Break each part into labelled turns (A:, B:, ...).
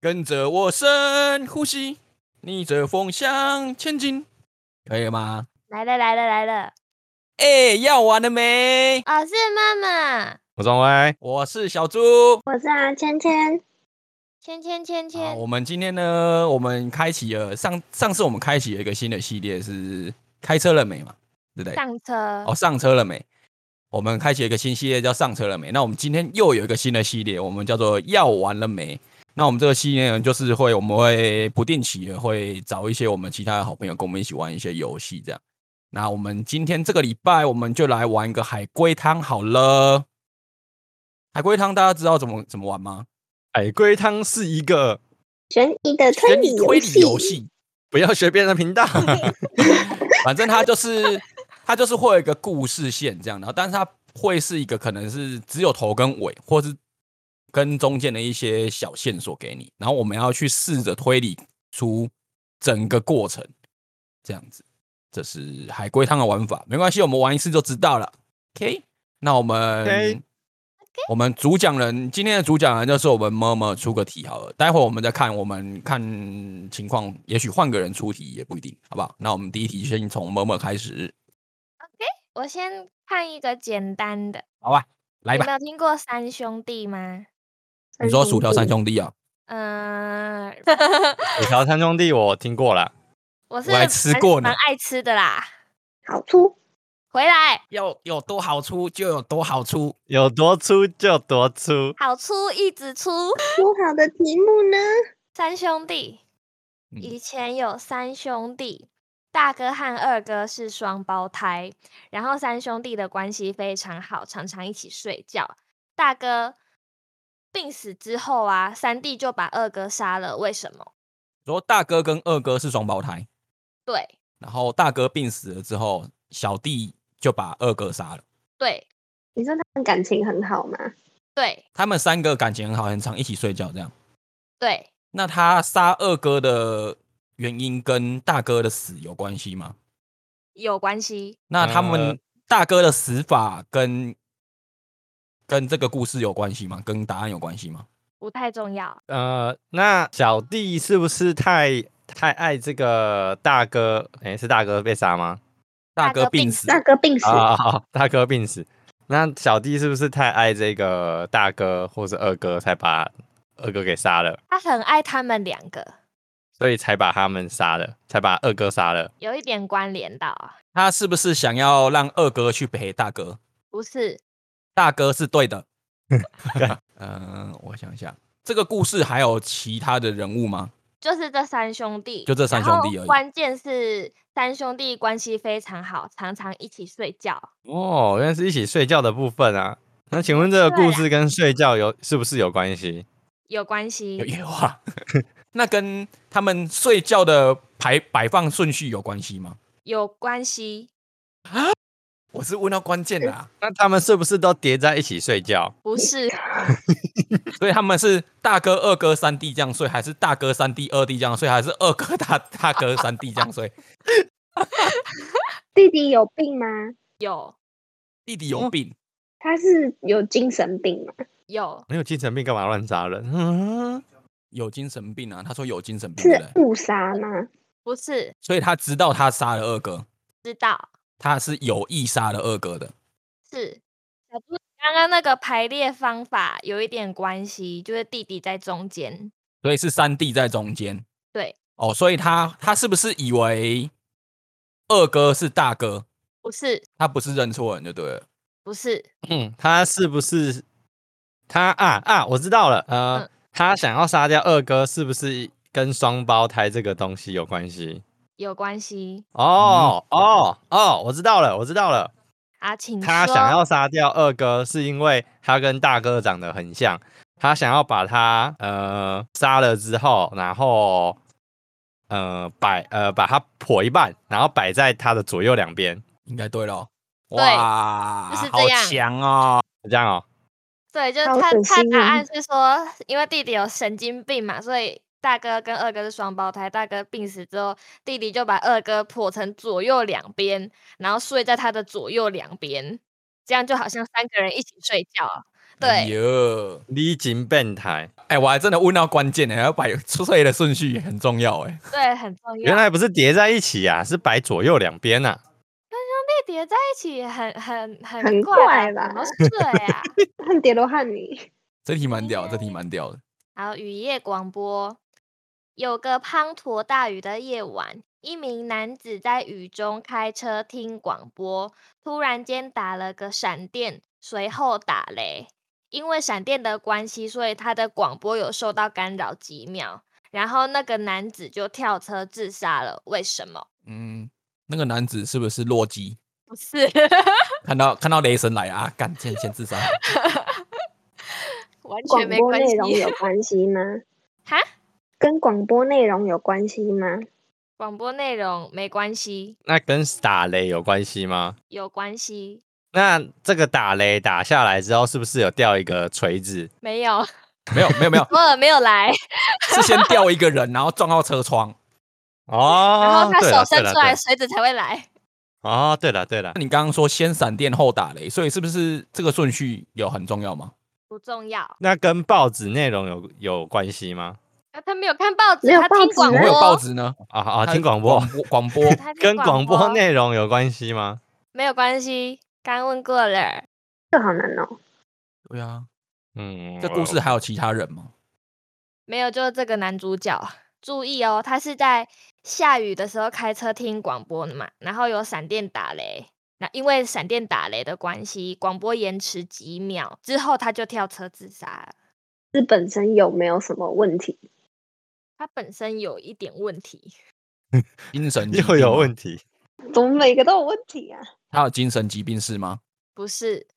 A: 跟着我深呼吸，逆着风向前进，可以吗？
B: 来了来了来了，
A: 哎、要完了没？
B: 我是妈妈，
C: 我张歪，
A: 我是小猪。
D: 我是啊，芊芊，
B: 芊芊芊
A: 好，
B: 芊，
A: 我们今天呢，我们开启了上上次我们开启了一个新的系列是开车了没嘛，对不对？
B: 上车
A: 哦，上车了没？我们开启了一个新系列叫上车了没？那我们今天又有一个新的系列，我们叫做要完了没？那我们这个系列呢，就是会我们会不定期的会找一些我们其他的好朋友跟我们一起玩一些游戏这样。那我们今天这个礼拜我们就来玩一个海龟汤好了。海龟汤大家知道怎么怎么玩吗？
C: 海龟汤是一个
D: 悬疑的推
A: 悬
D: 理
A: 疑
D: 游
A: 推理
D: 戏。
A: 游戏，
C: 不要学别人的频道，
A: 反正它就是它就是会有一个故事线这样，然后但是它会是一个可能是只有头跟尾，或是跟中间的一些小线索给你，然后我们要去试着推理出整个过程，这样子，这是海龟汤的玩法，没关系，我们玩一次就知道了。OK，那我们
C: OK
A: 我们主讲人今天的主讲人就是我们么么出个题好了，待会我们再看，我们看情况，也许换个人出题也不一定，好不好？那我们第一题先从么么开始，
B: 我先看一个简单的，
A: 好吧？来
B: 你
A: 吧，
B: 没有听过三兄弟吗？
A: 你说薯条三兄弟啊，
B: 嗯，
C: 薯条三兄弟我听过啦，
B: 我是
A: 我还吃
B: 蛮
A: 过呢
B: 蛮爱吃的啦。
D: 好粗，
B: 回来，
A: 要有多好出就有多好出，
C: 有多粗就多粗，
B: 好出一直出。
D: 出好的题目呢？
B: 三兄弟，
A: 嗯
B: 以前有三兄弟，大哥和二哥是双胞胎，然后三兄弟的关系非常好，常常一起睡觉。大哥病死之后啊，三弟就把二哥杀了，为什么？
A: 说大哥跟二哥是双胞胎，
B: 对
A: 然后大哥病死了之后，小弟就把二哥杀了。
B: 对
D: 你说他们感情很好吗？
A: 嗯
B: 对
A: 他们三个感情很好，很常一起睡觉这样。
B: 对，
A: 那他杀二哥的原因跟大哥的死有关系吗？
B: 有关系。
A: 那他们
C: 呃
A: 大哥的死法跟跟这个故事有关系吗？跟答案有关系吗？
B: 不太重要，
C: 呃，那小弟是不是太太爱这个大哥？诶，是大哥被杀吗？
A: 大
B: 大
A: 哥
B: 哥
A: 病
B: 病
A: 死，
D: 大哥病死，
C: 啊、大哥病死，那小弟是不是太爱这个大哥或是二哥，才把二哥给杀了？
B: 他很爱他们两个，
C: 所以才把他们杀了，才把二哥杀了。
B: 有一点关联到啊，
A: 他是不是想要让二哥去陪大哥？
B: 不是
A: 大哥是对的。嗯、我想一下，这个故事还有其他的人物吗？
B: 就是这三兄弟，
A: 就这三
B: 然
A: 兄
B: 后
A: 弟而已
B: 关键是三兄弟关系非常好，常常一起睡觉。
C: 哦，原来是一起睡觉的部分啊。那请问这个
B: 对
C: 故
B: 啦
C: 事跟睡觉有是不是有关系？
B: 有关
A: 有
B: 系，
A: 有啊。 那跟他们睡觉的排摆放顺序有关系吗？
B: 有关系，
A: 我是问到关键 的、啊。
C: 那他们是不是都叠在一起睡觉？
B: 不是
A: 所以他们是大哥、二哥、三弟这样睡，还是大哥、三弟、二弟这样睡，还是二哥、大大哥、三弟这样睡？
D: 弟弟有病吗？
B: 有
A: 弟弟
B: 嗯
A: 有病，
D: 他是有精神病吗？
B: 有
C: 你有精神病干嘛乱杀人？ 嗯，
A: 有精神病啊！他说有精神病，对不
D: 是
A: 对？
D: 误杀吗？
B: 不是
A: 所以他知道他杀了二哥，
B: 知道
A: 他是有意杀了二哥的。
B: 是小猪刚刚那个排列方法有一点关系，就是弟弟在中间，
A: 所以是三弟在中间。
B: 对，
A: 哦，所以他他是不是以为二哥是大哥？
B: 不是
A: 他不是认错人就对了。
B: 不是
C: 嗯，他是不是他啊啊？我知道了，呃，
B: 嗯
C: 他想要杀掉二哥，是不是跟双胞胎这个东西有关系？
B: 有关系
C: 哦、哦哦，我知道了，我知道了。
B: 啊，请
C: 他
B: 说
C: 想要杀掉二哥，是因为他跟大哥长得很像，他想要把他呃杀了之后，然后呃摆呃把他剖一半，然后摆在他的左右两边，
A: 应该对咯。
B: 对
A: 哇，
B: 就是这
A: 好
B: 样
A: 强哦！
C: 是这样哦。
B: 对，就是
D: 好
B: 他
D: 恶
B: 他
D: 心
B: 答
D: 啊
B: 案是说，因为弟弟有神经病嘛，所以大哥跟二哥是双胞胎。大哥病死之后，弟弟就把二哥剖成左右两边，然后睡在他的左右两边，这样就好像三个人一起睡觉。
A: 哎
B: 对
A: 呦，
C: 离经变态，
A: 哎，我还真的问到关键呢，还要摆出碎的顺序也很重要哎。
B: 对，很重要。
C: 原来不是叠在一起啊，是摆左右两边啊。
B: 被哎叠在一起很很很
D: 很
B: 怪
D: 怪
B: 吧？怎么
D: 吧
B: 睡啊？
D: 和叠罗汉尼，
A: 这题蛮屌，这题蛮屌的。
B: 还有雨夜广播，有个滂沱大雨的夜晚，一名男子在雨中开车听广播，突然间打了个闪电，随后打雷。因为闪电的关系，所以他的广播有受到干扰几秒，然后那个男子就跳车自杀了。为什么？
A: 嗯，那个男子是不是洛基？
B: 不是，
A: 看到看到雷神来啊，干先先自杀。
B: 完
D: 广
B: 全没
D: 播
B: 关
D: 内容
B: 系。
D: 有关系吗？
B: 哈，
D: 跟广播内容有关系吗？
B: 广播内容没关系，
C: 那跟打雷有关系吗？
B: 有关系
C: 那这个打雷打下来之后，是不是有掉一个锤子？
B: 没有？
A: 没有没有没有，
B: 摩尔没有来。
A: 是先掉一个人，然后撞到车窗。
B: 然
C: 哦
B: 后，他
C: 对
B: 手
C: 了对
B: 伸
C: 了
B: 出来，
C: 对了，
B: 水子才会来。
C: 哦，对了对了
A: 那，你刚刚说先闪电后打雷，所以是不是这个顺序有很重要吗？
B: 不重要，
C: 那跟报纸内容有有关系吗？
B: 啊他没有看报纸，
D: 没有
B: 他
D: 报
B: 听
D: 纸
B: 广
A: 如
B: 播，
A: 果有报纸呢？
C: 啊啊，
A: 他
C: 听广播
A: 广 播广播
B: 他听
C: 跟
B: 广啊
C: 广播内容有关系吗？
B: 没有关系。刚问过了，
D: 这好难哦。
A: 对啊，
C: 嗯，
A: 这故事还有其他人吗？
B: 没有，就是这个男主角。注意哦，他是在下雨的时候开车听广播的嘛，然后有闪电打雷，那因为闪电打雷的关系，广播延迟几秒之后，他就跳车自杀了。
D: 这本身有没有什么问题？
B: 他本身有一点问题，
A: 精神疾
C: 又
A: 病
B: 啊
C: 有
A: 吗
C: 问题。
D: 怎么每个都有问题啊？
A: 他有精神疾病是吗？
B: 不是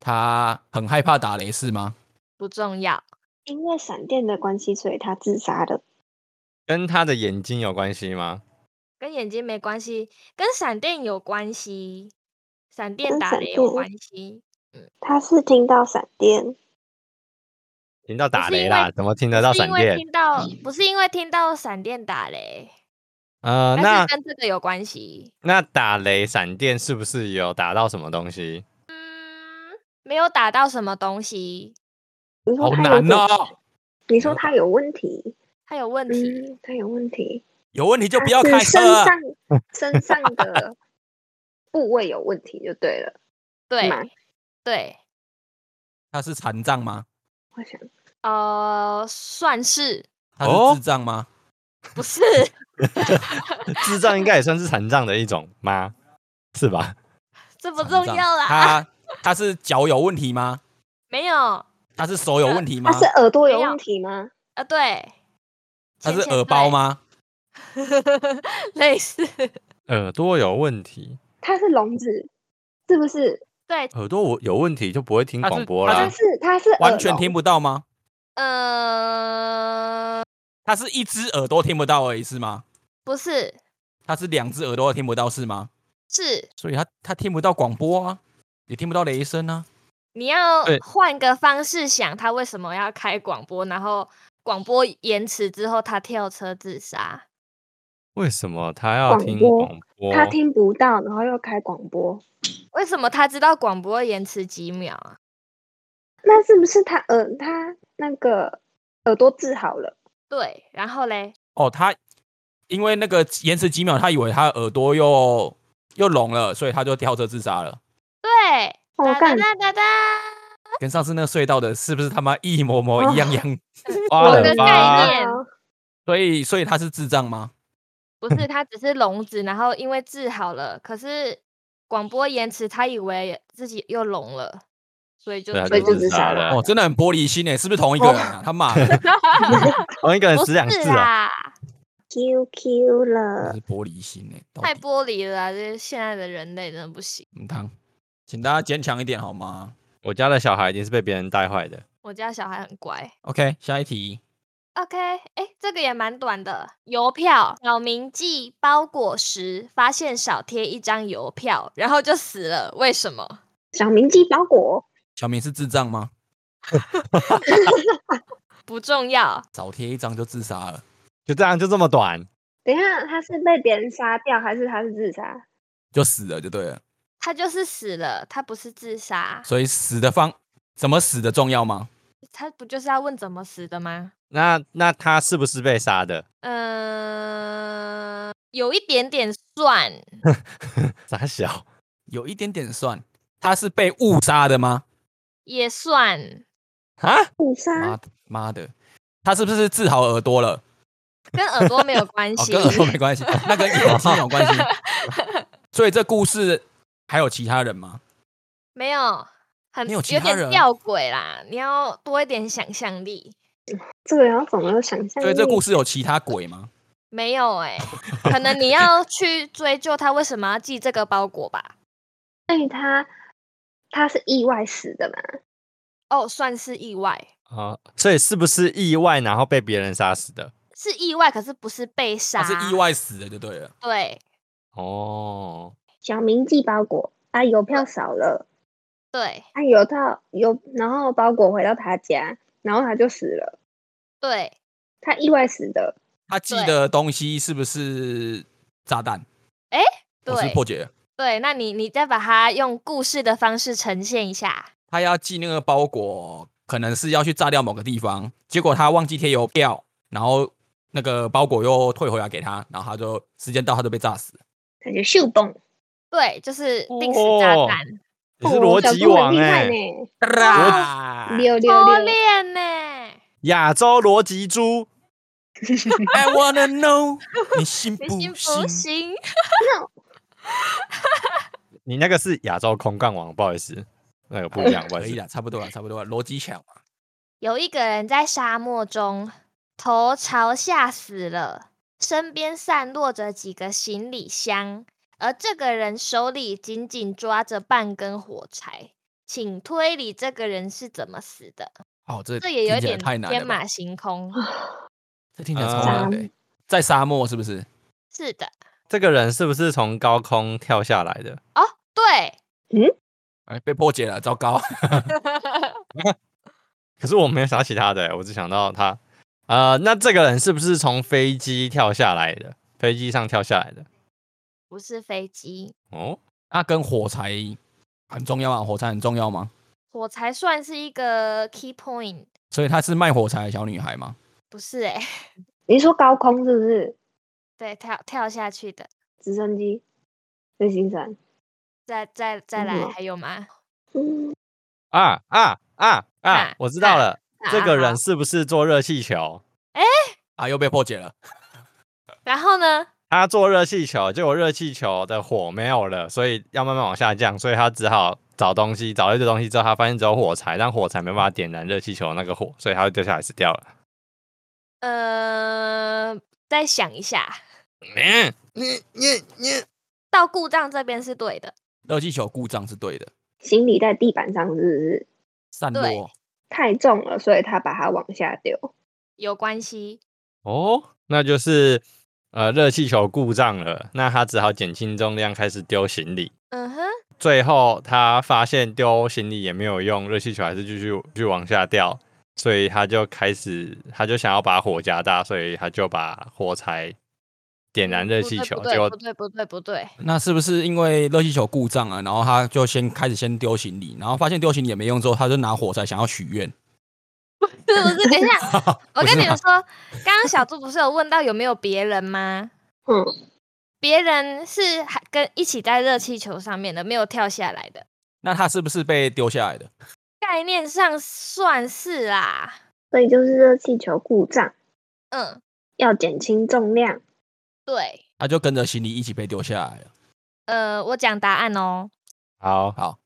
A: 他很害怕打雷是吗？
B: 不重要，
D: 因为闪电的关系，所以他自杀的。
C: 跟他的眼睛有关系吗？
B: 跟眼睛没关系，跟闪电有关系，闪电
D: 跟
B: 打
D: 闪
B: 雷有
D: 电
B: 关系。
D: 他是听到闪电，
C: 听到打
B: 是因
C: 雷
B: 为
C: 啦，怎么听得到
B: 不是
C: 闪
B: 因为
C: 电？
B: 听到不是因为听到闪电打雷，
C: 呃，
B: 但
C: 那
B: 是跟这个有关系。
C: 那打雷闪电是不是有打到什么东西？
B: 嗯，没有打到什么东西，
D: 你
A: 好
D: 说他有
A: 难
D: 问
A: 哦，
D: 你说他有问题，
B: 它有问题。
D: 嗯，他有问题，
A: 有问题就
D: 他
A: 不要
D: 是
A: 开车
D: 身
A: 啊。
D: 上 身上的部位有问题就对了。
B: 对
D: 吗
B: 对，
A: 他是残障吗？
D: 我想
B: 呃，算是
A: 他
C: 哦
A: 是智障吗？
B: 不是
C: 智障应该也算是残障的一种吗？是吧？
B: 这不
A: 残
B: 重
A: 障
B: 要啦，
A: 他他是脚有问题吗？
B: 没有
A: 他是手有问题吗
D: 他？是耳朵有
B: 没有
D: 问题吗？
B: 呃，对，
A: 他
B: 前
A: 是
B: 前
A: 耳包
B: 对？
A: 吗？
B: 类似，
C: 耳朵有问题，
D: 他是聋子，是不是？
B: 对，
C: 耳朵我有问题就不会听
A: 他是
C: 广播
A: 他
D: 他
C: 啦。
D: 是他是
A: 啊完
D: 耳
A: 全
D: 聋
A: 听不到吗？
B: 呃，
A: 他是一只耳朵听不到而已是吗？
B: 不是，
A: 他是两只耳朵听不到是吗？
B: 是
A: 所以他他听不到广播啊，也听不到雷声啊。
B: 你要
C: 对
B: 换个方式想，他为什么要开广播，然后广播延迟之后他跳车自杀，
C: 为什么他要
D: 广
C: 听
D: 播
C: 广播？
D: 他听不到，然后又开广播，
B: 为什么他知道广播延迟几秒啊？
D: 那是不是他耳他那个耳朵治好了？
B: 对，然后嘞，
A: 哦，他因为那个延迟几秒，他以为他耳朵又又聋了，所以他就跳车自杀了，
B: 对，
D: 哦
B: 哒哒
D: 干
B: 哒哒哒，
A: 跟上次那个隧道的是不是他妈一模模一样样？
C: 花
B: 有
C: 了
B: 个概
C: 吧
B: 念
D: 哦
A: 所以所以他是智障吗？
B: 不是，他只是聋子，然后因为治好了，可是广播延迟，他以为自己又聋了，所以就
C: 对啊，
D: 所以
C: 就
D: 就
C: 自
D: 自
C: 杀
D: 杀
C: 了。
D: 了
A: 哦，真的很玻璃心诶，是不是同一个人啊？他妈的，
C: 同一个人
B: 不是
C: 死两次啊！
B: 啦，
D: QQ
A: 真
D: 了
A: 是，玻璃心诶，
C: 哦
A: 到
B: 太
A: 底
B: 玻璃了啊，这些现在的人类真的不行。
A: 嗯汤，请大家坚强一点好吗
C: 我家的小孩一定是被别人带坏的。
B: 我家小孩很乖。
A: ？OK，下一题。
B: OK，哎，这个也蛮短的。邮票小明寄包裹时，发现少贴一张邮票，然后就死了。为什么？
D: 小明寄包裹，
A: 小明是智障吗？
B: 不重要，
A: 少贴一张就自杀了。
C: 就这样，就这么短，
D: 等一下他是被别人杀掉，还是他是自杀？
A: 就死了就对了，
B: 他就是死了，他不是自杀。
A: 所以死的方怎么死的重要吗？
B: 他不就是要问怎么死的吗？
C: 那那他是不是被杀的？
B: 嗯、有一点点算，
C: 傻小，
A: 有一点点算，他是被误杀的吗？
B: 也算，
C: 啊？
D: 五杀
A: 妈的妈的，他是不是治好耳朵了？
B: 跟耳朵 没有关
A: 哦，
B: 系。
A: 跟耳朵没关系，那跟眼睛有关系。所以这故事还有其他人吗？
B: 没有，很
A: 没有其他
B: 点
A: 人
B: 吊诡啦，你要多一点想象力。
D: 这个要怎么想象力？
A: 所以这故事有其他鬼吗？
B: 没有 哎、可能你要去追究他为什么要寄这个包裹吧？
D: 所以他他是意外死的嘛？
B: 哦，算是意外，
C: 啊，所以是不是意外然后被别人杀死的？
B: 是意外，可是不是被杀，
A: 他哦是意。外死的就对了。
B: 对
C: 哦，
D: 小明寄包裹啊，邮票少了
B: 对
D: 啊，邮到邮，然后包裹回到他家，然后他就死了，
B: 对，
D: 他意外死的。
A: 他寄的东西是不是炸弹？我哦是
B: 对
A: 破解了。
B: 对，那你你再把它用故事的方式呈现一下。
A: 他要寄那个包裹，可能是要去炸掉某个地方，结果他忘记贴邮票，然后那个包裹又退回来给他，然后他就时间到他就被炸死了。
D: 他就秀蹦，
B: 对，就是定时炸
C: 哦
B: 弹，
C: 你是
D: 哦
C: 逻
D: 小
C: 辑
D: 猪很
C: 王啊
D: 厉害
C: 哎、
D: 呢啊
A: 哒
D: 六
B: 多
D: 六六，
B: 练呢、
C: 亚洲逻辑猪，
A: I wanna know，你信
B: 你
A: 不
B: 信不
A: 信？
B: 信？
C: 你那个是亚洲空干王，不好意思，那个不一 样，不好
A: 可
C: 意
A: 以
C: 思。
A: 了，差不多了，差不多了，逻辑巧嘛。
B: 有一个人在沙漠中头朝下死了，身边散落着几个行李箱，而这个人手里紧紧抓着半根火柴。请推理这个人是怎么死的？
A: 哦，这
B: 这也有
A: 听起来
B: 点
A: 太难
B: 天
A: 了吧，
B: 马行空。
D: 啊
A: 这听起来超
C: 啊
A: 难的欸。在沙漠是不是？
B: 是的，
C: 这个人是不是从高空跳下来的？
B: 哦，对，
A: 哎，被破解了，糟糕！
C: 可是我没有想到其他的欸、我只想到他。呃，那这个人是不是从飞机跳下来的？飞机上跳下来的？
B: 不是飞机，
C: 哦，
A: 那啊跟火柴很重要啊，火柴很重要吗？
B: 火柴算是一个 key point，
A: 所以她是卖火柴的小女孩吗？
B: 不是哎、
D: 你说高空是不是
B: 对，跳跳下去的。
D: 直升机？飞行伞？
B: 再再再
D: 真的
B: 来，
D: 吗
B: 还有吗？
D: 嗯，
C: 啊啊啊啊
B: 啊！
C: 我知道了，这个
B: 啊
C: 人是不是坐热气球？
A: 啊，又被破解了。
B: 好然后呢？
C: 他做热气球，结果热气球的火没有了，所以要慢慢往下降，所以他只好找东西，找了一堆东西之后，他发现只有火柴，但火柴没办法点燃热气球的那个火，所以他就掉下来死掉了。
B: 呃，再想一下，
C: 嗯，
B: 嗯到故障这边是对的，
A: 热气球故障是对的，
D: 行李在地板上是不是
A: 散
B: 对
A: 落
D: 太重了，所以他把它往下丢？
B: 有关系。
C: 哦，那就是呃热气球故障了，那他只好减轻重量，开始丢行李。
B: 嗯哼，
C: 最后他发现丢行李也没有用，热气球还是继续继续往下掉，所以他就开始，他就想要把火加大，所以他就把火柴点燃热
B: 嗯不
C: 气
B: 对
C: 球，
B: 不
C: 结
B: 对
C: 果
B: 不对不对不 对，
A: 那是不是因为热气球故障啊？然后他就先开始先丢行李，然后发现丢行李也没用之后，他就拿火柴想要许愿。
B: 是不是？等一下，
A: 不
B: 我跟
A: 是
B: 你们
A: 吗
B: 说，刚刚小猪不是有问到有没有别人吗？
D: 嗯，
B: 别人是还跟一起在热气球上面的，没有跳下来的。
A: 那他是不是被丢下来的？
B: 概念上算是啦、
D: 所以就是热气球故障，
B: 嗯，
D: 要减轻重量。
B: 对，
A: 他就跟着行李一起被丢下来了。
B: 呃，我讲答案哦。
C: 好
A: 好，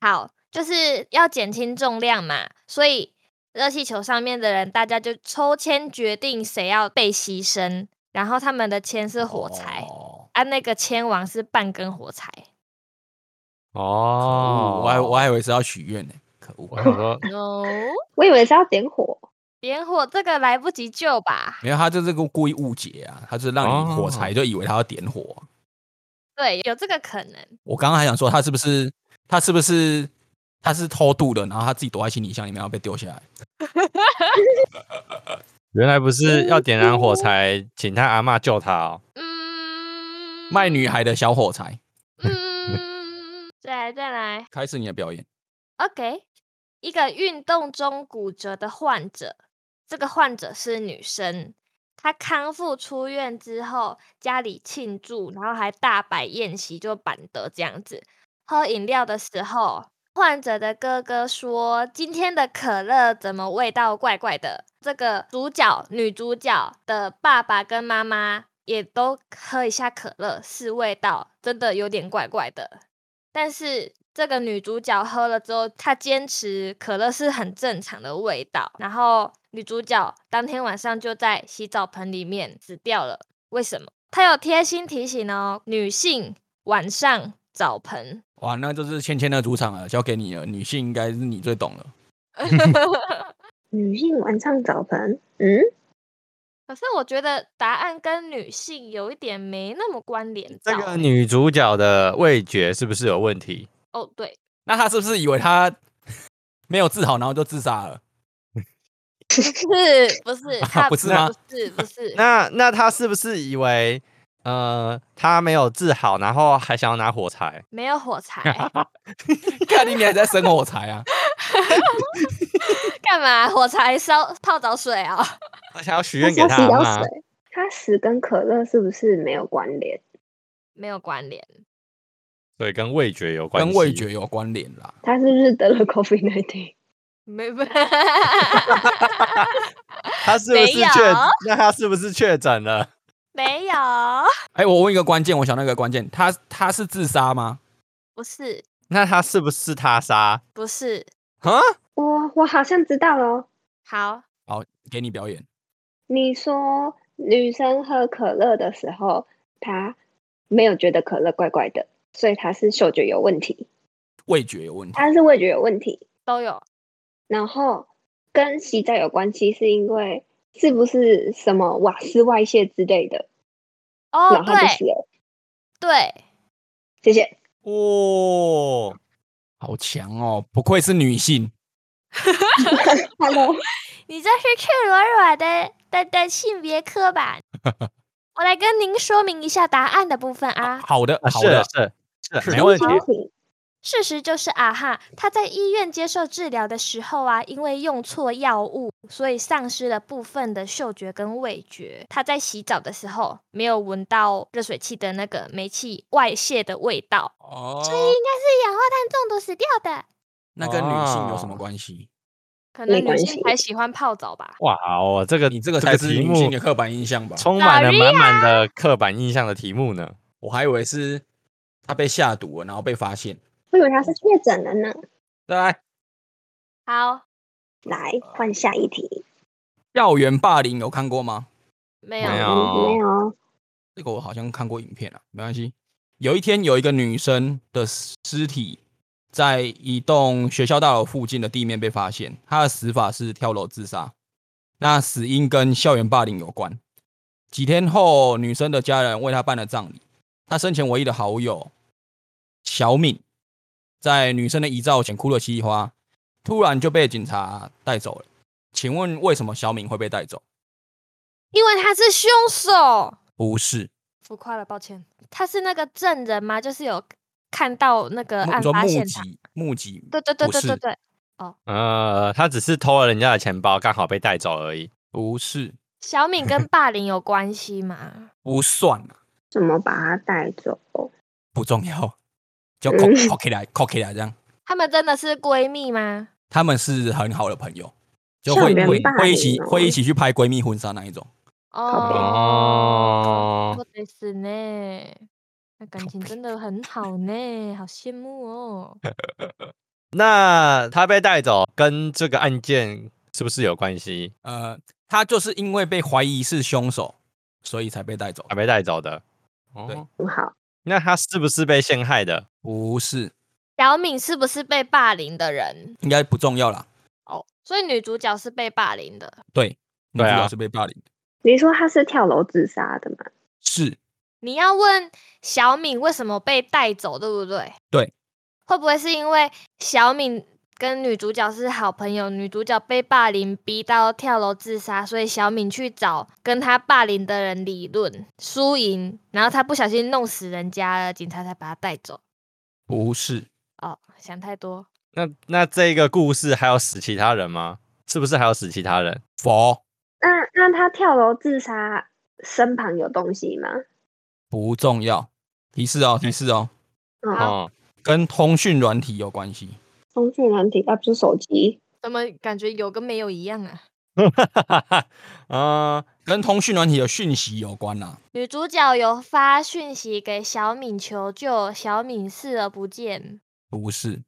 B: 好，就是要减轻重量嘛，所以热气球上面的人，大家就抽签决定谁要被牺牲，然后他们的签是火柴，
A: 哦，
B: 啊，那个签王是半根火柴，
C: 哦
A: 哦，我还我还以为是要许愿呢，可
C: 我
A: 恶！
C: 想说
B: 哦，
D: 我以为是要点火，
B: 点火这个来不及救吧？
A: 没有，他就是故故意误解啊，他就是让你火柴就以为他要点火。
B: 对，有这个可能，
A: 我刚刚还想说，他是不是他是不是他是偷渡的，然后他自己躲在行李箱里面，然后被丢下来。
C: 原来不是要点燃火柴，请他阿嬷救他哦。
B: 嗯，
A: 卖女孩的小火柴，
B: 嗯，再来再来
A: 开始你的表演。
B: ，OK，一个运动中骨折的患者，这个患者是女生，她康复出院之后，家里庆祝，然后还大摆宴席，就板德这样子。喝饮料的时候，患者的哥哥说：“今天的可乐怎么味道怪怪的？”这个主角女主角的爸爸跟妈妈也都喝一下可乐，试味道，真的有点怪怪的。但是这个女主角喝了之后，她坚持可乐是很正常的味道，然后女主角当天晚上就在洗澡盆里面死掉了。为什么？她有贴心提醒哦，女性晚上澡盆。
A: 哇，那就是芊芊的主场了，交给你了。女性应该是你最懂了。
D: 女性晚上澡盆，嗯，
B: 可是我觉得答案跟女性有一点没那么关联到
C: 这
B: 欸。
C: 个女主角的味觉是不是有问题？
B: 哦，对，
A: 那他是不是以为他没有治好，然后就自杀了？
B: 是不是？她
A: 不是吗
B: 不是，不是。
C: 那那她是不是以为呃她没有治好，然后还想要拿火柴？
B: 没有火柴，
A: 看你你还在生火柴啊！
B: 干嘛？火柴烧泡澡水啊、
C: 她想要许
D: 他
C: 愿
D: 是
C: 给
D: 要
C: 她
D: 洗
C: 阿
D: 到
C: 妈？
D: 水，他死跟可乐是不是没有关联？
B: 没有关联。
C: 对，跟味觉有关系。
A: 跟味 觉有 关联啦。
D: 他是不是得了 COVID 1 9
B: 没 不，
C: 他是不
B: 没
C: 是
B: 有
C: 确？那他是不是确诊了？
B: 没有，
A: 哎、我问一个关键，我想到一个关键，他他是自杀吗？
B: 不是，
C: 那他是不是他杀？
B: 不是。
C: 啊？
D: 我我好像知道了哦，
B: 好，
A: 好，给你表演。
D: 你说女生喝可乐的时候，她没有觉得可乐怪怪的，所以她是嗅觉有问题，
A: 味觉有问题，
D: 她是味觉有问题，
B: 都有，
D: 然后跟洗澡有关系，是因为是不是什么瓦斯外泄之类的，
B: 哦
D: 然，后她就死
B: 对
D: 了。
B: 对，
D: 谢谢。
C: 哦，
A: 好强哦！不愧是女性，
D: Hello，
B: 你这是赤裸裸的的的性别刻 板。我来跟您说明一下答案的部分啊。
A: 好的，
C: 啊
A: 好
C: 是
A: 的，
C: 是是，啊
A: 是
C: 没
A: 的
C: 问题。
B: 事实就是啊哈，他在医院接受治疗的时候啊，因为用错药物，所以丧失了部分的嗅觉跟味觉。他在洗澡的时候没有闻到热水器的那个煤气外泄的味道，
A: 哦，
B: 所以应该是氧化碳中毒死掉的。
A: 那跟女性有什么关系？
B: 可
D: 没
B: 能女
D: 关
B: 性
D: 系
B: 才喜欢泡澡吧？
C: 哇哦，这个
A: 你这个
C: 这
A: 才
C: 个
A: 是
C: 题
A: 女
C: 目
A: 性的刻板印象吧？
C: 充满了
B: Sorry
C: 满满
D: 啊
C: 的刻板印象的题目呢。
A: 我还以为是她被下毒了，然后被发现。
D: 我以为她是确诊了呢。
A: 来，
B: 好，
D: 来换下一题，
A: 校园霸凌有看过吗？
B: 没有，
C: 没有
D: 嗯没有，
A: 这个我好像看过影片啊，没关系。有一天，有一个女生的尸体在一栋学校大楼附近的地面被发现，她的死法是跳楼自杀。那死因跟校园霸凌有关。几天后，女生的家人为她办了葬礼。她生前唯一的好友小敏，在女生的遗照前哭得稀里哗啦，突然就被警察带走了。请问为什么小敏会被带走？
B: 因为他是凶手。
A: 不是，
B: 浮夸了，抱歉。他是那个证人吗？就是有看到那个
A: 目
B: 呃案
A: 说
B: 发
A: 目
B: 现场？
A: 击目击
B: 对对对
A: 不
B: 对对
A: 是
B: 对，
C: 呃，他只是偷了人家的钱包，刚好被带走而已。
A: 不是，
B: 小 敏跟霸凌有关系吗？
A: 不算啊，
D: 怎么把她带走？
A: 不重要，就
D: 嗯
A: 扣扣起来，扣起来这样。
B: 她们真的是闺蜜吗？
A: 他们是很好的朋友，就
D: 校
A: 会
D: 园
A: 会
D: 霸
A: 会一
D: 凌
A: 起
D: 哦
A: 会一起去拍闺蜜婚纱那一种。
B: 哦，
C: 哦
B: 说，的是呢，那感情真的很好呢，好羡 慕哦。
C: 那他被带走跟这个案件是不是有关系？
A: 呃，他就是因为被怀疑是凶手，所以才被带走
C: 他。被带走的。
A: 对
C: 哦，
D: 很好，
C: 那他是不是被陷害的？
A: 不是，
B: 小敏是不是被霸凌的人？
A: 应该不重要啦。
B: 哦，所以女主角是被霸凌的，
A: 对，女主
C: 对啊
A: 角是被霸凌的，
D: 你说她是跳楼自杀的吗？
A: 是
B: 你要问小敏为什么被带走，对不对？
A: 对。
B: 会不会是因为小敏跟女主角是好朋友，女主角被霸凌逼到跳楼自杀，所以小敏去找跟她霸凌的人理论，输赢，然后她不小心弄死人家了，警察才把她带走。
A: 不是？
B: 哦，想太多。
C: 那那这个故事还有死其他人吗？是不是还有死其他人？
A: 佛
D: 那那他跳楼自杀，身旁有东西吗？
A: 不重要，提示哦，提示哦，
D: 嗯，
C: 哦、
A: 跟通讯软体有关系。
D: 通讯软体，啊，不是手机，
B: 怎么感觉有跟没有一样啊？
C: 嗯，啊、
A: 跟通讯软体的讯息有关啦、
B: 女主角有发讯息给小敏求救，小敏视而不见。
A: 不是，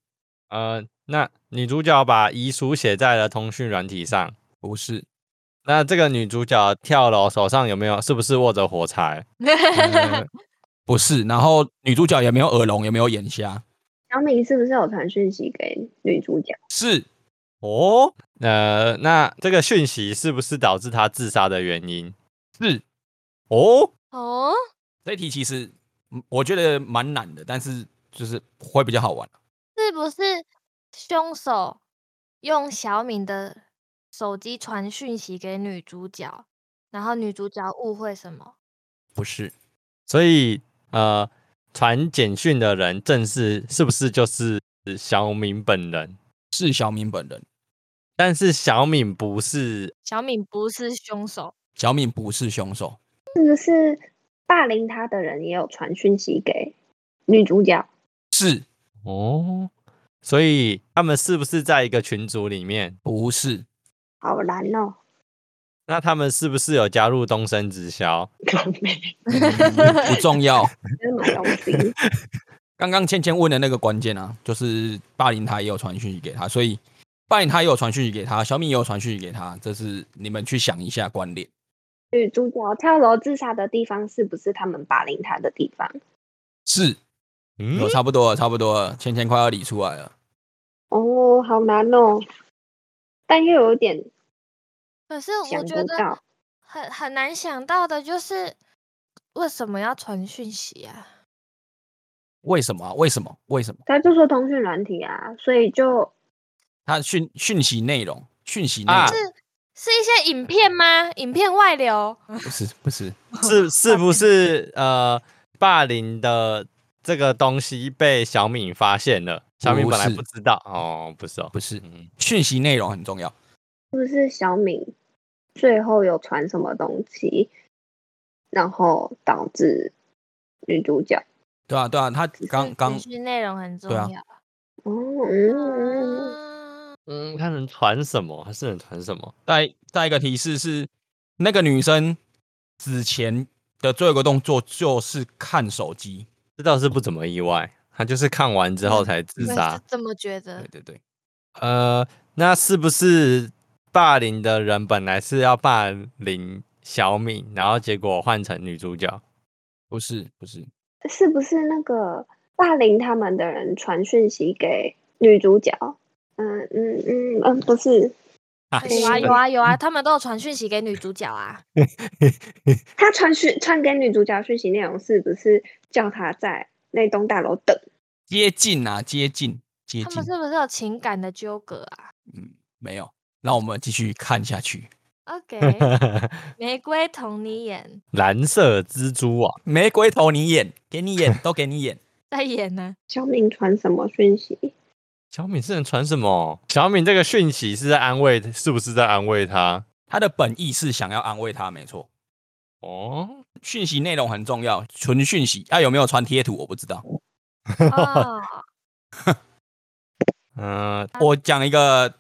C: 呃，那女主角把遗书写在了通讯软体上。
A: 不是，
C: 那这个女主角跳楼，手上有没有？是不是握着火柴？
A: 呃不是。然后女主角也没有耳聋，也没有眼瞎，
D: 小敏是不是有传讯息给女主角？
A: 是
C: 哦，呃，那这个讯息是不是导致她自杀的原因？
A: 是。
C: 哦，
B: 哦，
A: 这一题其实嗯我觉得蛮难的，但是就是会比较好玩。啊
B: 是不是凶手用小敏的手机传讯息给女主角，然后女主角误会什么？
A: 不是，
C: 所以呃，传简讯的人正是是不是就是小敏本人？
A: 是小敏本人。
C: 但是小敏不是
B: 小敏不是凶手，
A: 小敏不是凶手，
D: 是不是霸凌她的人也有传讯息给女主角？
A: 是
C: 哦，所以他们是不是在一个群组里面？
A: 不是？
D: 好难哦，
C: 那他们是不是有加入东升直销？
A: 嗯不重要。
D: 真买东西，
A: 刚刚芊芊问的那个关键啊，就是霸凌他也有传讯息给他，所以霸凌他也有传讯息给他，小敏也有传讯息给他，这是你们去想一下关联。
D: 女主角跳楼自杀的地方是不是他们霸凌她的地方？
A: 是，
C: 嗯
A: 有，差不多了，差不多了，芊芊快要理出来了。
D: 哦，好难哦，但又有点
B: 可是
D: 想
B: 我觉
D: 不
B: 得
D: 到。
B: 很很难想到的就是为什么要传讯息啊？
A: 为什么啊、为什么？为什么？
D: 他就说通讯软体啊，所以就
A: 他讯讯息内容，讯息内容、
C: 啊
B: 是一些影片吗？影片外流？
A: 不是不是
C: 是是不是呃霸凌的这个东西被小敏发现了？小敏
A: 不
C: 本来
A: 是
C: 不知道哦，不是哦，
A: 不是，
C: 嗯，
A: 讯息内容很重要。
D: 是不是小敏最后有传什么东西，然后导致女主角？
A: 对啊对啊，他刚刚
B: 讯嗯内容很重
A: 对啊
B: 要。
D: 哦，嗯，
B: 啊
C: 嗯，他能传什么？他是能传什么？
A: 再再一个提示是，那个女生之前的最后一个动作就是看手机。
C: 这倒是不怎么意外，他就是看完之后
B: 嗯
C: 才自
B: 我也
C: 杀。
B: 是这么觉得
A: 对。啊对对，
C: 呃，那是不是霸凌的人本来是要霸凌小敏，然后结果换成女主角？
A: 不是不是
D: 是不是那个霸凌他们的人传讯息给女主角？嗯嗯嗯嗯，不是，
C: 啊
B: 有啊有啊有
A: 嗯
B: 啊，他们都有传讯息给女主角啊。
D: 他传讯传给女主角讯息内容是不是叫她在那栋大楼等？
A: 接近啊接近接
B: 他
A: 近
B: 们，是不是有情感的纠葛 啊
A: 嗯，没有。让我们继续看下去。
B: ？OK，玫瑰同你演，
C: 蓝色蜘蛛网、
A: 玫瑰头，你演，给你演，都给你演。
B: 在演 呢、
D: 小敏传什么讯息？
C: 小敏是能传什么？小敏这个讯息是在安慰，是不是在安慰她？
A: 他的本意是想要安慰她，没错。
C: 哦，
A: 讯息内容很重要，纯讯息啊，有没有传贴图我不知道。
B: 哦，
C: 嗯、
A: 我讲一个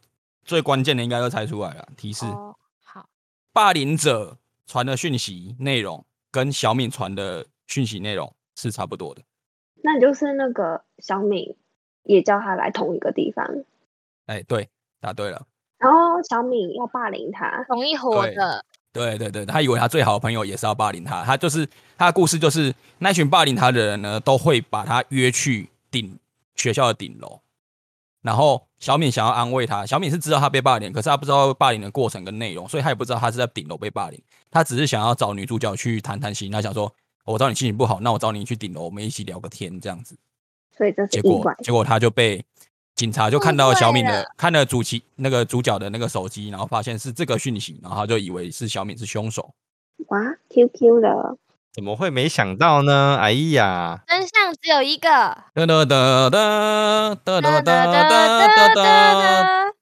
A: 最关键的，应该都猜出来了。提示：
B: 哦好，
A: 霸凌者传的讯息内容跟小敏传的讯息内容是差不多的。
D: 那就是那个小敏也叫她来同一个地方，
A: 哎，对，答对了。
D: 然后小敏要霸凌她，
B: 同一伙
A: 对
B: 的，
A: 对对对，他以为他最好的朋友也是要霸凌他，他就是他的故事就是那群霸凌他的人呢，都会把他约去顶学校的顶楼，然后小敏想要安慰他，小敏是知道他被霸凌，可是他不知道霸凌的过程跟内容，所以他也不知道他是在顶楼被霸凌，他只是想要找女主角去谈谈心，他想说、哦我知道你心情不好，那我找你去顶楼，我们一起聊个天这样子，
D: 所以这是
A: 结
D: 意
A: 果
D: 外。哦
A: 结果他就被警察就看
B: 误
A: 到
B: 会
A: 小敏的
B: 了
A: 看了主席那个主角的那个手机，然后发现是这个讯息，然后他就以为是小敏是凶手。
D: 哇，QQ 的
C: 怎么会没想到呢？哎呀，
B: 真相只有一个。
A: 哒哒哒哒哒哒
B: 哒哒
A: 哒
B: 哒
A: 哒
B: 哒
A: 哒哒，
B: 哒，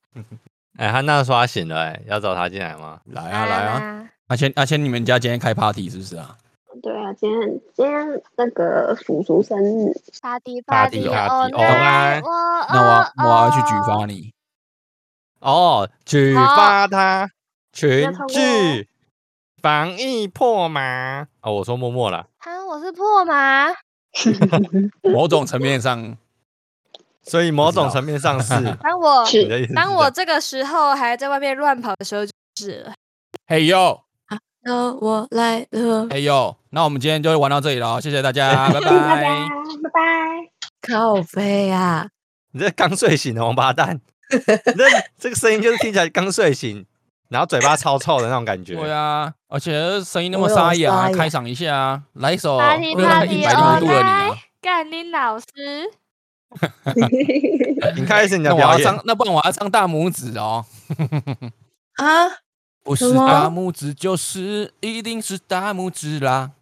C: 哎，汉娜说她醒了、哎，要找她进来吗？
A: 来啊来啊！！阿谦阿谦，你们家今天开 party 是不是啊？
D: 对啊，今天今天那个叔叔生日，
B: 巴迪
C: 巴
B: 迪
C: 迪巴
B: 哦
C: 迪哦
B: 来，
C: 来
B: 我
A: 那我
B: 哦
A: 要我要去举
B: 哦
A: 发你。
C: 哦，举
B: 好
C: 发他群
D: 超过
C: 聚防疫破麻哦，我说默默啦，
B: 啊！我是破麻，
A: 某种层面上，
C: 所以某
A: 不知道
C: 种层面上是
B: 当我
D: 是
C: 你的意思是
B: 当
C: 这
B: 我
C: 样
B: 这个时候还在外面乱跑的时候就是了。
A: 嘿呦
B: 呃，我来了，
A: 嘿呦，那我们今天就玩到这里了，谢谢大家， 拜
D: 大
A: 拜
D: 家。拜拜。
B: 靠背啊！
C: 你这刚睡醒的王八蛋，你这这个声音就是听起来刚睡醒，然后嘴巴超臭的那种感觉。
A: 对啊，而且声音那么
E: 我有
A: 沙哑啊，
E: 沙哑
A: 开场一下啊，来一首
B: 巴迪
A: 热
B: 巴
A: 爱
B: 迪
A: 一百零
B: 哦
A: 五度的你啊
B: 来。，干林老师，
C: 你开始你
A: 那
C: 的
A: 我要
C: 表演
A: 张，，那不然我要张大拇指哦。
E: 啊，
A: 不
E: 什
A: 是
E: 么
A: 大拇指就是一定是大拇指啦。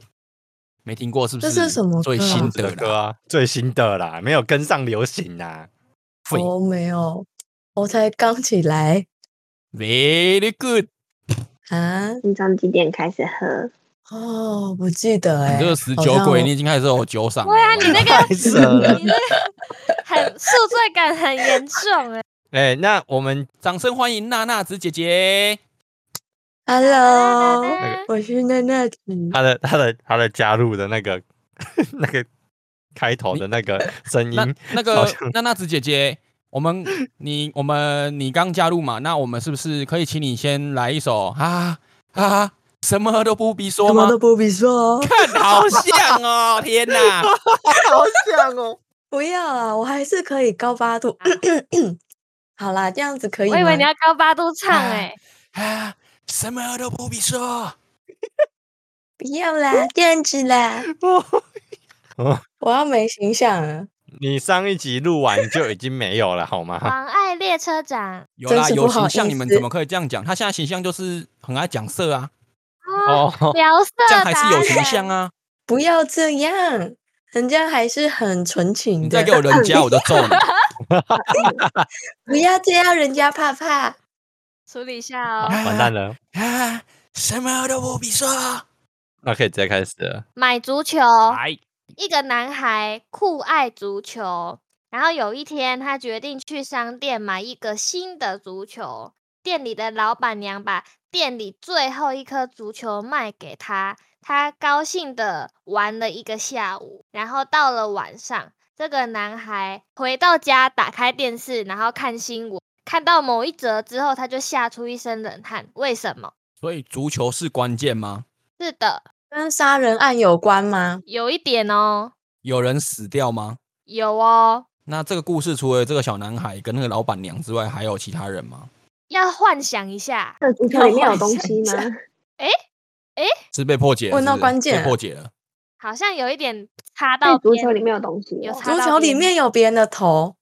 A: 没听过是不
E: 这
A: 是？
E: 是什么
A: 最
E: 歌啊
A: 新
C: 这
A: 的
C: 个
A: 啦
C: 歌啊，最新的啦，没有跟上流行啊啦。
A: 会
E: 我哦没有，我才刚起来
A: ？Very good，
E: 啊。
D: 你从几点开始喝？
E: 哦，不记得哎、
A: 你
E: 欸，
A: 这个死
E: 好
A: 酒
E: 像
A: 鬼，
E: 我
A: 你已经开始有酒嗓了。
B: 对啊，你那个
C: 太扯了
B: 你那个
A: 呃
B: 很宿醉感很严重哎。
C: 哎、那我们
A: 掌声欢迎娜娜子姐姐。
B: 哒
E: Hello，
B: 哒
E: 我是娜娜子，
C: 他的他的他的加入的那个 那个开头的那个声
A: 那
C: 音，
A: 那
C: 嗯好
A: 个
C: 像
A: 娜娜子姐姐，我们你我们你刚加入嘛？那我们是不是可以请你先来一首啊啊什么都不必说
E: 什么
A: 吗
E: 都？不必说哦，
A: 看，好像 哦，天哪！
C: 好像哦。
E: 不要啊，我还是可以高八度。 好啦，这样子可以
B: 啊我以为你
E: 吗
B: 要高八度唱哎，
A: 啊，什么都不必说。
E: 不要
B: 嗯
E: 啦，这样子啦，
C: 哦
E: 我要没形象了。
C: 你上一集录完就已经没有了，好吗？
B: 妨碍列车长
A: 有
E: 真
A: 啦，
E: 是
A: 有
E: 不好
A: 形象，
E: 意
A: 你们
E: 思
A: 怎么可以这样讲？他现在形象就是很爱讲色啊，
B: 哦，
C: 哦，
B: 聊色
A: 这样还是有
B: 达
A: 形
B: 人
A: 象啊！
E: 不要这样，人家还是很纯情
A: 你再给。
E: 的
A: 我人家，我就揍你！
E: 不要这样，人家怕怕。
B: 处理一下哦。
C: 完蛋了，
A: 啊，什么都不必说。
C: 那可以直接开始了。
B: 买足球，
A: 来，
B: 一个男孩酷爱足球，然后有一天他决定去商店买一个新的足球。店里的老板娘把店里最后一颗足球卖给他，他高兴的玩了一个下午，然后到了晚上，这个男孩回到家，打开电视，然后看新闻，看到某一则之后，他就吓出一身冷汗。为什么？
A: 所以足球是关键吗？
B: 是的，
E: 跟杀人案有关吗？
B: 有一点哦，
A: 有人死掉吗？
B: 有哦。
A: 那这个故事除了这个小男孩跟那个老板娘之外，还有其他人吗？
B: 要幻想一下，
D: 那足球里面有东西吗？
A: 是被破解了？
E: 问到
A: 是不是
E: 关键
A: 被破解了。
B: 好像有一点插
D: 那
B: 到
D: 足
B: 边
D: 球。里面有东西
B: 有
D: 哦，
B: 插
E: 足
B: 到
E: 球里
B: 边
E: 面有别人的头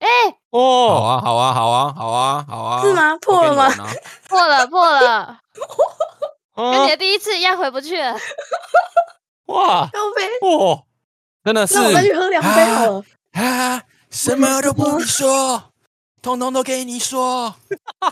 B: 哎、
A: 好
C: 哦，
A: 啊，好啊，好啊，好啊，好啊。
E: 是吗？破了吗？
A: 我给你玩啊？
B: 破了破 了，跟
C: 哦
B: 你的第一次一样回不去了。
C: 哇
E: 要杯，
C: 哦，
A: 真的是
E: 那我再去喝两杯好了。
A: 啊，什么都不必说，通通都给你说。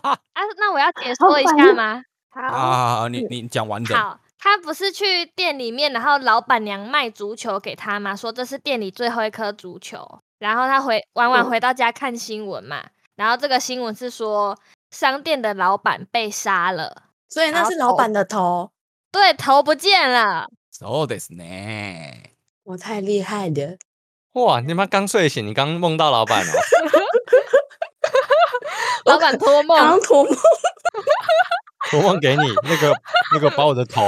B: 啊，那我要解说一
D: 烦
B: 下
D: 哦
B: 吗？
D: 好，
A: 啊，你你讲完整。
B: 好，他不是去店里面，然后老板娘卖足球给他嘛，说这是店里最后一颗足球。然后他回晚晚
D: 嗯
B: 回到家看新闻嘛，然后这个新闻是说商店的老板被杀了，
E: 所以那
B: 然
E: 是
B: 后
E: 老
B: 头
E: 板的头，
B: 对，头不见了。
A: そうですね。
E: 我太厉害了。
C: 哇，你妈刚睡醒，你刚梦到老板哦。
B: 老板托梦
E: 刚，托梦，
C: 我忘给你那个那个把我的头，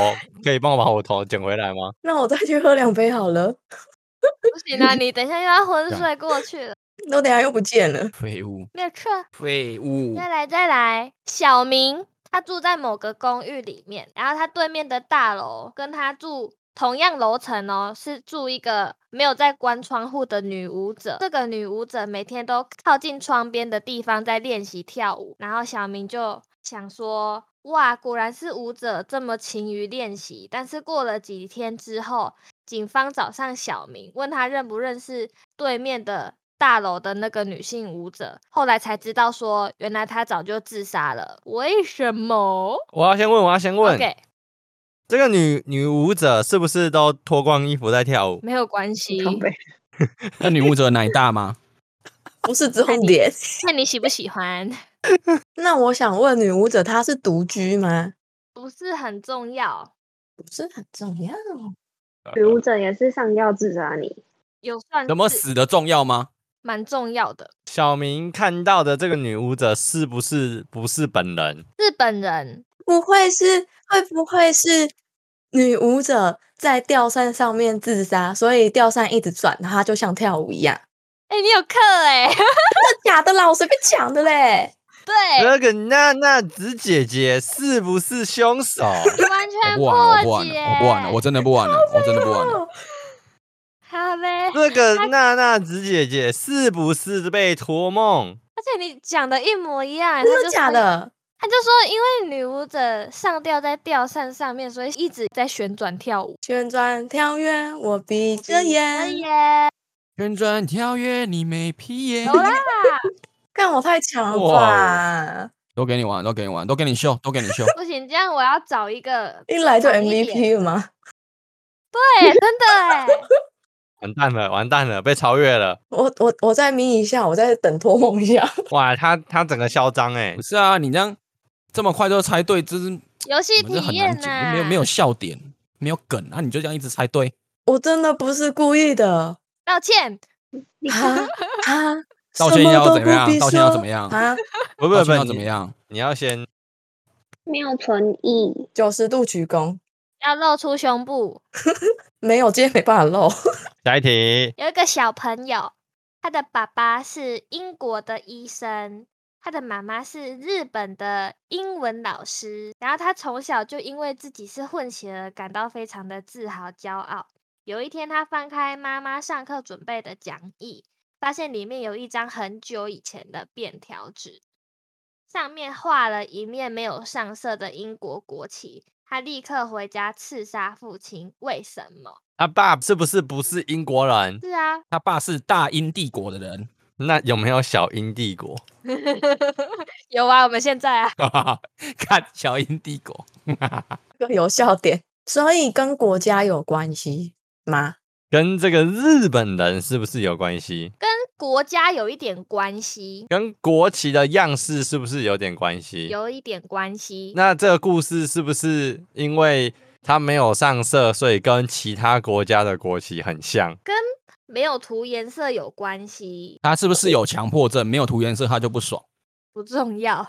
C: 可以帮我把我头捡回来吗？
E: 那我再去喝两杯好了。
B: 不行 啊，你等一下又要昏
A: 这样
B: 睡过去了。
E: 我等一下又不见了。
A: 废物，
B: 没有错。
A: 废物
B: 再来再来，小明他住在某个公寓里面，然后他对面的大楼跟他住同样楼层哦，是住一个没有在关窗户的女舞者。这个女舞者每天都靠近窗边的地方在练习跳舞，然后小明就想说。哇，果然是舞者这么勤于练习。但是过了几天之后，警方找上小明，问他认不认识对面的大楼的那个女性舞者。后来才知道说，原来她早就自杀了。为什么
C: 我要先问，我要先问
B: ？OK，
C: 这个女女舞者是不是都脱光衣服在跳舞？
B: 没有关系，
D: 靠北
A: 那女舞者奶大吗？
E: 不是重点。
B: 看你喜不喜欢，
E: 那我想问，女舞者她是独居吗？
B: 不是很重要。
E: 不是很重要。
D: 女舞者也是上吊自杀你，
B: 有算
A: 怎么
B: 是
A: 死的重要吗？
B: 蛮重要的。
C: 小明看到的这个女舞者是不是不是本人？
B: 日本人
E: 不会是会不会是女舞者在吊扇上面自杀，所以吊扇一直转，然后她就像跳舞一样？
B: 哎、你有课哎、
E: 真的假的啦？我随便讲的嘞。
B: 对，
C: 这个娜娜子姐姐是不是凶手？
B: 你完
A: 我
B: 全
A: 不玩了，我不
B: 破
A: 玩
B: 解，
A: 了，我不玩了，我真的不玩了，我真的不玩了。
E: 哦
B: 好嘞。
C: 这个娜娜子姐姐是不是被托梦？
B: 而且你讲的一模一样欸，他
E: 真
B: 就
E: 的假
B: 说？
E: 的？
B: 他就说，因为女舞者上吊在吊扇上面，所以一直在旋转跳舞。
E: 旋转跳跃，我闭着眼。
B: 耶，
A: 旋转跳跃，你没皮耶
B: 哎有！啦，
E: 看我太强了
A: 哇哦
E: 吧！。
A: 都给你玩，都给你玩，都给你秀，都给你秀。
B: 不行，这样我要找一个
E: 一来就
B: 长一点
E: MVP 了吗？
B: 对，真的哎，
C: 完蛋了，完蛋了，被超越了！
E: 我我我再眯一下，我再等托梦一下。
C: 哇，她她整个嚣张哎
A: 不，是啊，你这样这么快就猜对，这是
B: 游戏
A: 我们这
B: 体
A: 很
B: 验
A: 难解
B: 呐、啊，
A: 没有没有，笑点，没有梗，那、你就这样一直猜对。
E: 我真的不是故意的
B: 道歉，
E: 啊啊！
A: 道
E: 什
A: 歉
E: 么
A: 要
E: 都
A: 怎
E: 不
A: 么样
E: 必
A: 道歉要
E: 说
A: 怎么样
E: 啊？
C: 不
A: 不
C: 不不，
A: 要怎
C: 你
A: 么？样？
C: 你要先
D: 妙存意，
E: 九十度鞠躬，
B: 要露出胸部。
E: 没有，今天没办法露。
C: 下一题，
B: 有一个小朋友，他的爸爸是英国的医生，他的妈妈是日本的英文老师。然后他从小就因为自己是混血儿感到非常的自豪骄傲。有一天，他翻开妈妈上课准备的讲义，发现里面有一张很久以前的便条纸，上面画了一面没有上色的英国国旗。他立刻回家刺杀父亲，为什么？
C: 他爸是不是不是英国人？
B: 是啊，
A: 他爸是大英帝国的人，
C: 那有没有小英帝国？
B: 有啊，我们现在啊，
A: 看小英帝国。
E: 这个有笑点，所以跟国家有关系吗？
C: 跟这个日本人是不是有关系？
B: 跟国家有一点关系，
C: 跟国旗的样式是不是有点关系？。
B: 有一点关系。
C: 那这个故事是不是因为它没有上色，所以跟其他国家的国旗很像？
B: 没有涂颜色有关系，
A: 他是不是有强迫症？没有涂颜色他就不爽。
B: 不重要。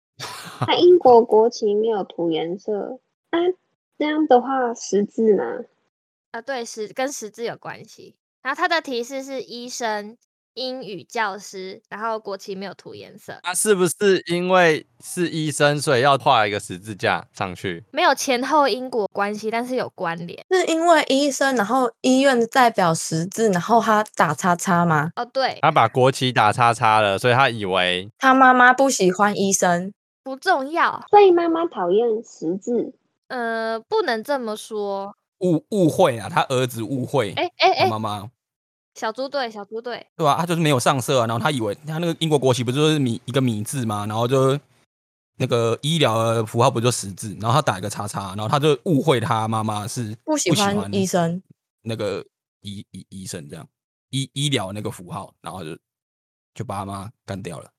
D: 那英国国旗没有涂颜色，啊，那样的话识字吗？
B: 啊，对，识跟识字有关系。然后它的提示是医生、英语教师，然后国旗没有涂颜色，
C: 他啊是不是因为是医生，所以要画一个十字架上去？
B: 没有前后因果关系，但是有关联。
E: 是因为医生，然后医院代表十字，然后他打叉叉吗？
B: 哦，对，
C: 他把国旗打叉叉了，所以他以为
E: 他妈妈不喜欢医生，
B: 不重要。
D: 所以妈妈讨厌识字，
B: 呃，不能这么说。
A: 误误会啊，他儿子误会
B: 哎哎
A: 他
B: 哎，
A: 妈妈，
B: 小猪队，小猪队，
A: 对吧、他就是没有上色啊，然后他以为他那个英国国旗不就是米一个米字嘛，然后就那个医疗的符号不就十字，然后他打一个叉叉，然后他就误会他妈妈是
E: 不喜欢医生。
A: 那个医医医生这样医医疗那个符号，然后就就把他妈干掉了。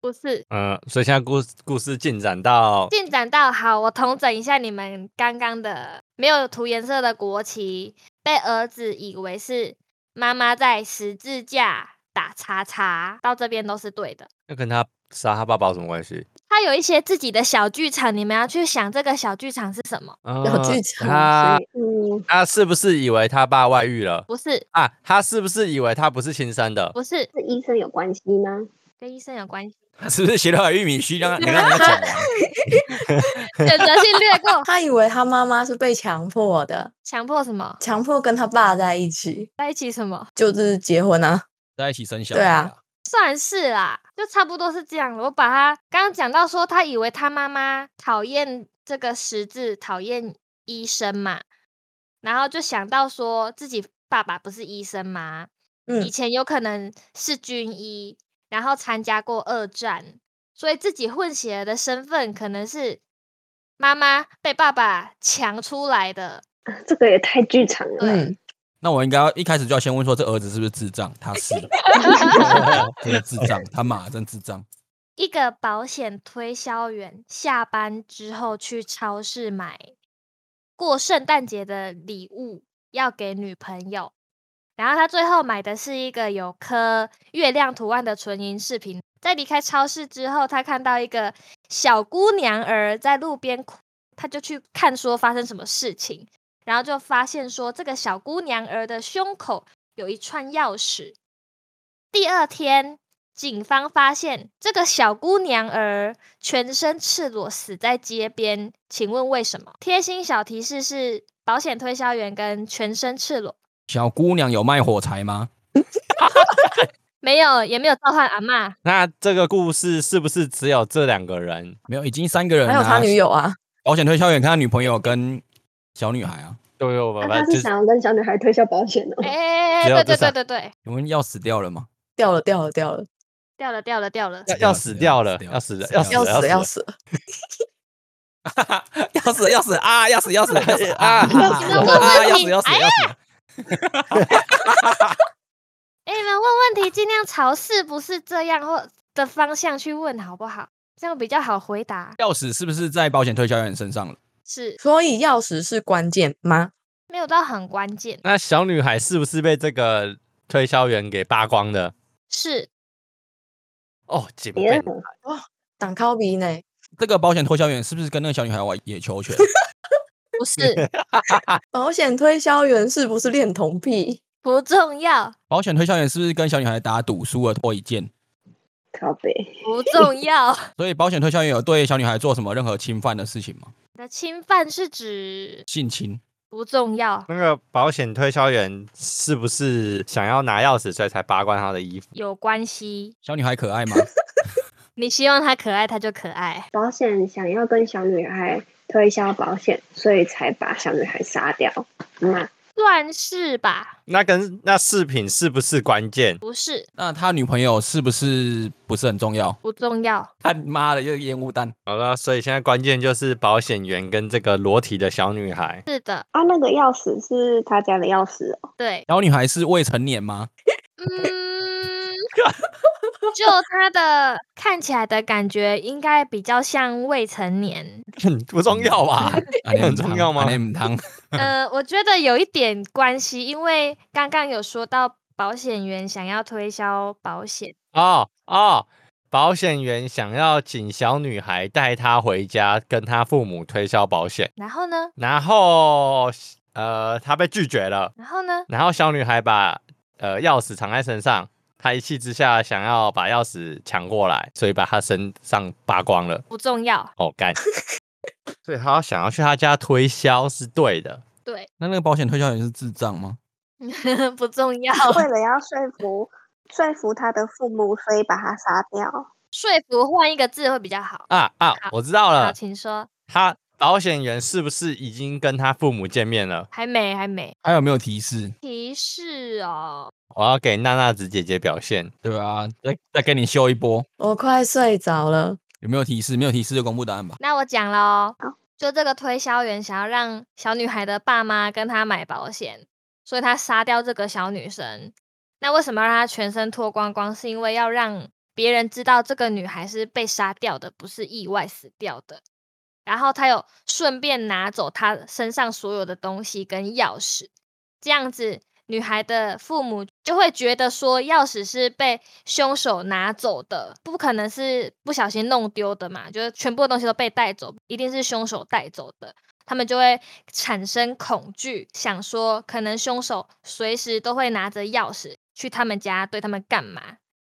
B: 不是。
C: 呃，所以现在故事故事进展到
B: 进展到好，我统整一下你们刚刚的没有涂颜色的国旗，被儿子以为是妈妈在十字架打叉叉，到这边都是对的。
C: 要跟他杀他爸爸有什么关系？
B: 他有一些自己的小剧场，你们要去想这个小剧场是什么？
A: 啊
C: 呃
E: 剧场
C: 他
D: 所以嗯，
C: 他是不是以为他爸外遇了
B: 不是，
C: 啊？他是不是以为他不是亲生的？
B: 不是
D: 是医生有关系吗？
B: 跟医生有关系，
A: 他是不是写了玉米须让他你让他讲完？
B: 选择性略过。
E: 他以为他妈妈是被强迫的，
B: 强迫什么？
E: 强迫跟他爸在一起，
B: 在一起什么？
E: 就是结婚啊。
A: 在一起生小
E: 对
A: 孩
E: 啊
A: 啊，
B: 算是啦，就差不多是这样了。我把他刚刚讲到说，他以为他妈妈讨厌这个十字，讨厌医生嘛，然后就想到说自己爸爸不是医生吗？以
E: 嗯，
B: 前有可能是军医，然后参加过二战，所以自己混血儿的身份可能是妈妈被爸爸抢出来的。
D: 这个也太剧场了吧。
E: 嗯，
A: 那我应该要一开始就要先问说，这儿子是不是智障？他是， 真的智障，他妈真智障。
B: 一个保险推销员下班之后去超市买过圣诞节的礼物，要给女朋友。然后他最后买的是一个有颗月亮图案的纯银饰品。在离开超市之后，他看到一个小姑娘儿在路边哭，他就去看说发生什么事情，然后就发现说这个小姑娘儿的胸口有一串钥匙。第二天，警方发现这个小姑娘儿全身赤裸死在街边，请问为什么？贴心小提示是保险推销员跟全身赤裸，
A: 小姑娘有卖火柴吗？
B: 没有也没有召唤阿嬷。
C: 那这个故事是不是只有这两个人？
A: 没有，已经三个人、啊。
E: 还有他女友啊，
A: 保险推销员看他女朋友跟小女孩啊，
C: 对对，我
D: 那
C: 们
D: 他
C: 就是
D: 想要跟小女孩推销保险哦。
B: 哎、
C: 只有
B: 对
C: 这
B: 对
C: 三
B: 对对对，
A: 你们要死掉了吗？
E: 掉了掉了掉了，
B: 掉了掉了掉了。
C: 要要死掉了，要死了，要死
E: 要
C: 了，
E: 死
C: 要
E: 要
C: 死
E: 死了，
A: 要死要死啊！要死要死要死啊！
C: 啊
A: 啊！要死要死要死！
B: 哎、你们问问题尽量朝是不是这样或的方向去问好不好？这样比较好回答。
A: 钥匙是不是在保险推销员身上了？
B: 是
E: 所以钥匙是关键吗？
B: 没有到很关键，
C: 那小女孩是不是被这个推销员给扒光的？
B: 是
C: 哦，警
D: 别
C: 备
D: 人，很
E: 挡靠鼻呢？
A: 这个保险推销员是不是跟那个小女孩玩野球拳？
B: 不是
E: 保险推销员是不是恋童癖？
B: 不重要，
A: 保险推销员是不是跟小女孩打赌输了破一件？
D: 靠背，
B: 不重要。
A: 所以保险推销员有对小女孩做什么任何侵犯的事情吗？
B: 你的侵犯是指
A: 性侵？
B: 不重要，
C: 那个保险推销员是不是想要拿钥匙，所以才扒光她的衣服？
B: 有关系。
A: 小女孩可爱 吗？
B: 你希望他可爱，他就可爱。
D: 保险想要跟小女孩推销保险，所以才把小女孩杀掉。嗯那
B: 算是吧，
C: 那跟那饰品是不是关键？
B: 不是
A: 那他女朋友是不是不是很重要？
B: 不重要，
A: 他妈的，又是烟雾弹！
C: 好了，所以现在关键就是保险员跟这个裸体的小女孩。
B: 是的，
D: 啊，那个钥匙是他家的钥匙哦。
B: 对，
A: 小女孩是未成年 吗？
B: 嗯， 就他的看起来的感觉，应该比较像未成 年。
C: 很不重要吧？很重要吗
A: 那汤，
B: 呃，我觉得有一点关系，因为刚刚有说到保险员想要推销保险，
C: 哦哦，保险员想要请小女孩带她回家，跟她父母推销保险，
B: 然后呢，
C: 然后呃，她被拒绝了，
B: 然后呢，
C: 然后小女孩把呃钥匙藏在身上，她一气之下想要把钥匙抢过来，所以把她身上扒光了。
B: 不重要，
C: 哦，干，所以她想要去她家推销是对的。
B: 对，
A: 那那个保险推销员是智障吗？
B: 不重要，
D: 为了要说服说服他的父母，所以把他杀掉。
B: 说服换一个字会比较好。
C: 啊啊！我知道
B: 好，
C: 了，
B: 请说，
C: 她保险员是不是已经跟她父母见面了？
B: 还没，还没。
A: 还有没有提示？
B: 提示哦，
C: 我要给娜娜子姐姐表现。
A: 对啊，再再给你秀一波，
E: 我快睡着了，
A: 有没有提示？没有提示就公布答案吧。
B: 那我讲了哦
D: 好。
B: 就这个推销员想要让小女孩的爸妈跟她买保险，所以他杀掉这个小女生。那为什么要让她全身脱光光？是因为要让别人知道这个女孩是被杀掉的，不是意外死掉的。然后他有顺便拿走她身上所有的东西跟钥匙，这样子女孩的父母就会觉得说钥匙是被凶手拿走的，不可能是不小心弄丢的嘛，就是全部的东西都被带走，一定是凶手带走的。他们就会产生恐惧，想说可能凶手随时都会拿着钥匙去他们家对他们干嘛，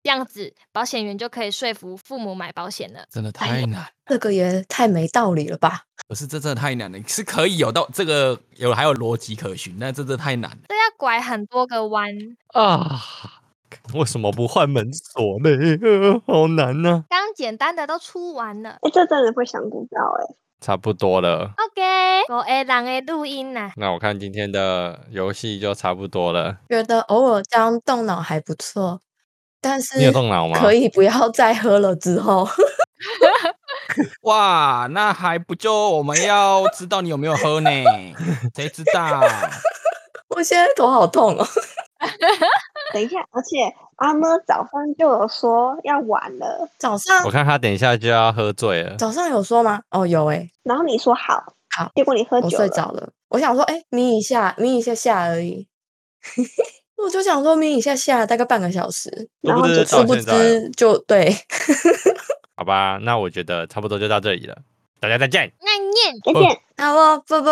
B: 这样子保险员就可以说服父母买保险了。
A: 真的
E: 哎
A: 太
E: 呦
A: 难，
E: 这个也太没道理了吧？
A: 可是这真的太难了。是可以有到这个有还有逻辑可循，但这真的太难了。
B: 这要拐很多个弯，
C: 啊，为什么不换门锁嘞？ 呃好难呢、
B: 刚简单的都出完了。
D: 哎、这真的会想不到哎、
C: 差不多了，
B: OK，我 A 人的录音啊呐、
C: 那我看今天的游戏就差不多了。
E: 觉得偶尔这样动脑还不错，但是
C: 你有动脑吗？
E: 呃可以不要再喝了之后。
A: 哇，那还不就我们要知道你有没有喝呢？谁知道？
E: 我现在头好痛哦！
D: 等一下，而且阿妈早上就有说要晚了，
E: 早上
C: 我看他等一下就要喝醉了。
E: 早上有说吗？哦，有诶、
D: 然后你说好，
E: 好
D: 结果你喝
E: 我
D: 酒
E: 睡
D: 了，
E: 着了。我想说，哎、眯一下，眯一下下而已。 我就想说眯一下下，大概半个小时，
C: 殊
D: 然
C: 不
D: 后
C: 知
D: 就
E: 殊
C: 到
E: 不
C: 现在了，
E: 知就对，
C: 好吧，那我觉得差不多就到这里了，大家再见。
B: 那念。
D: 再见。
E: 好哦，不不。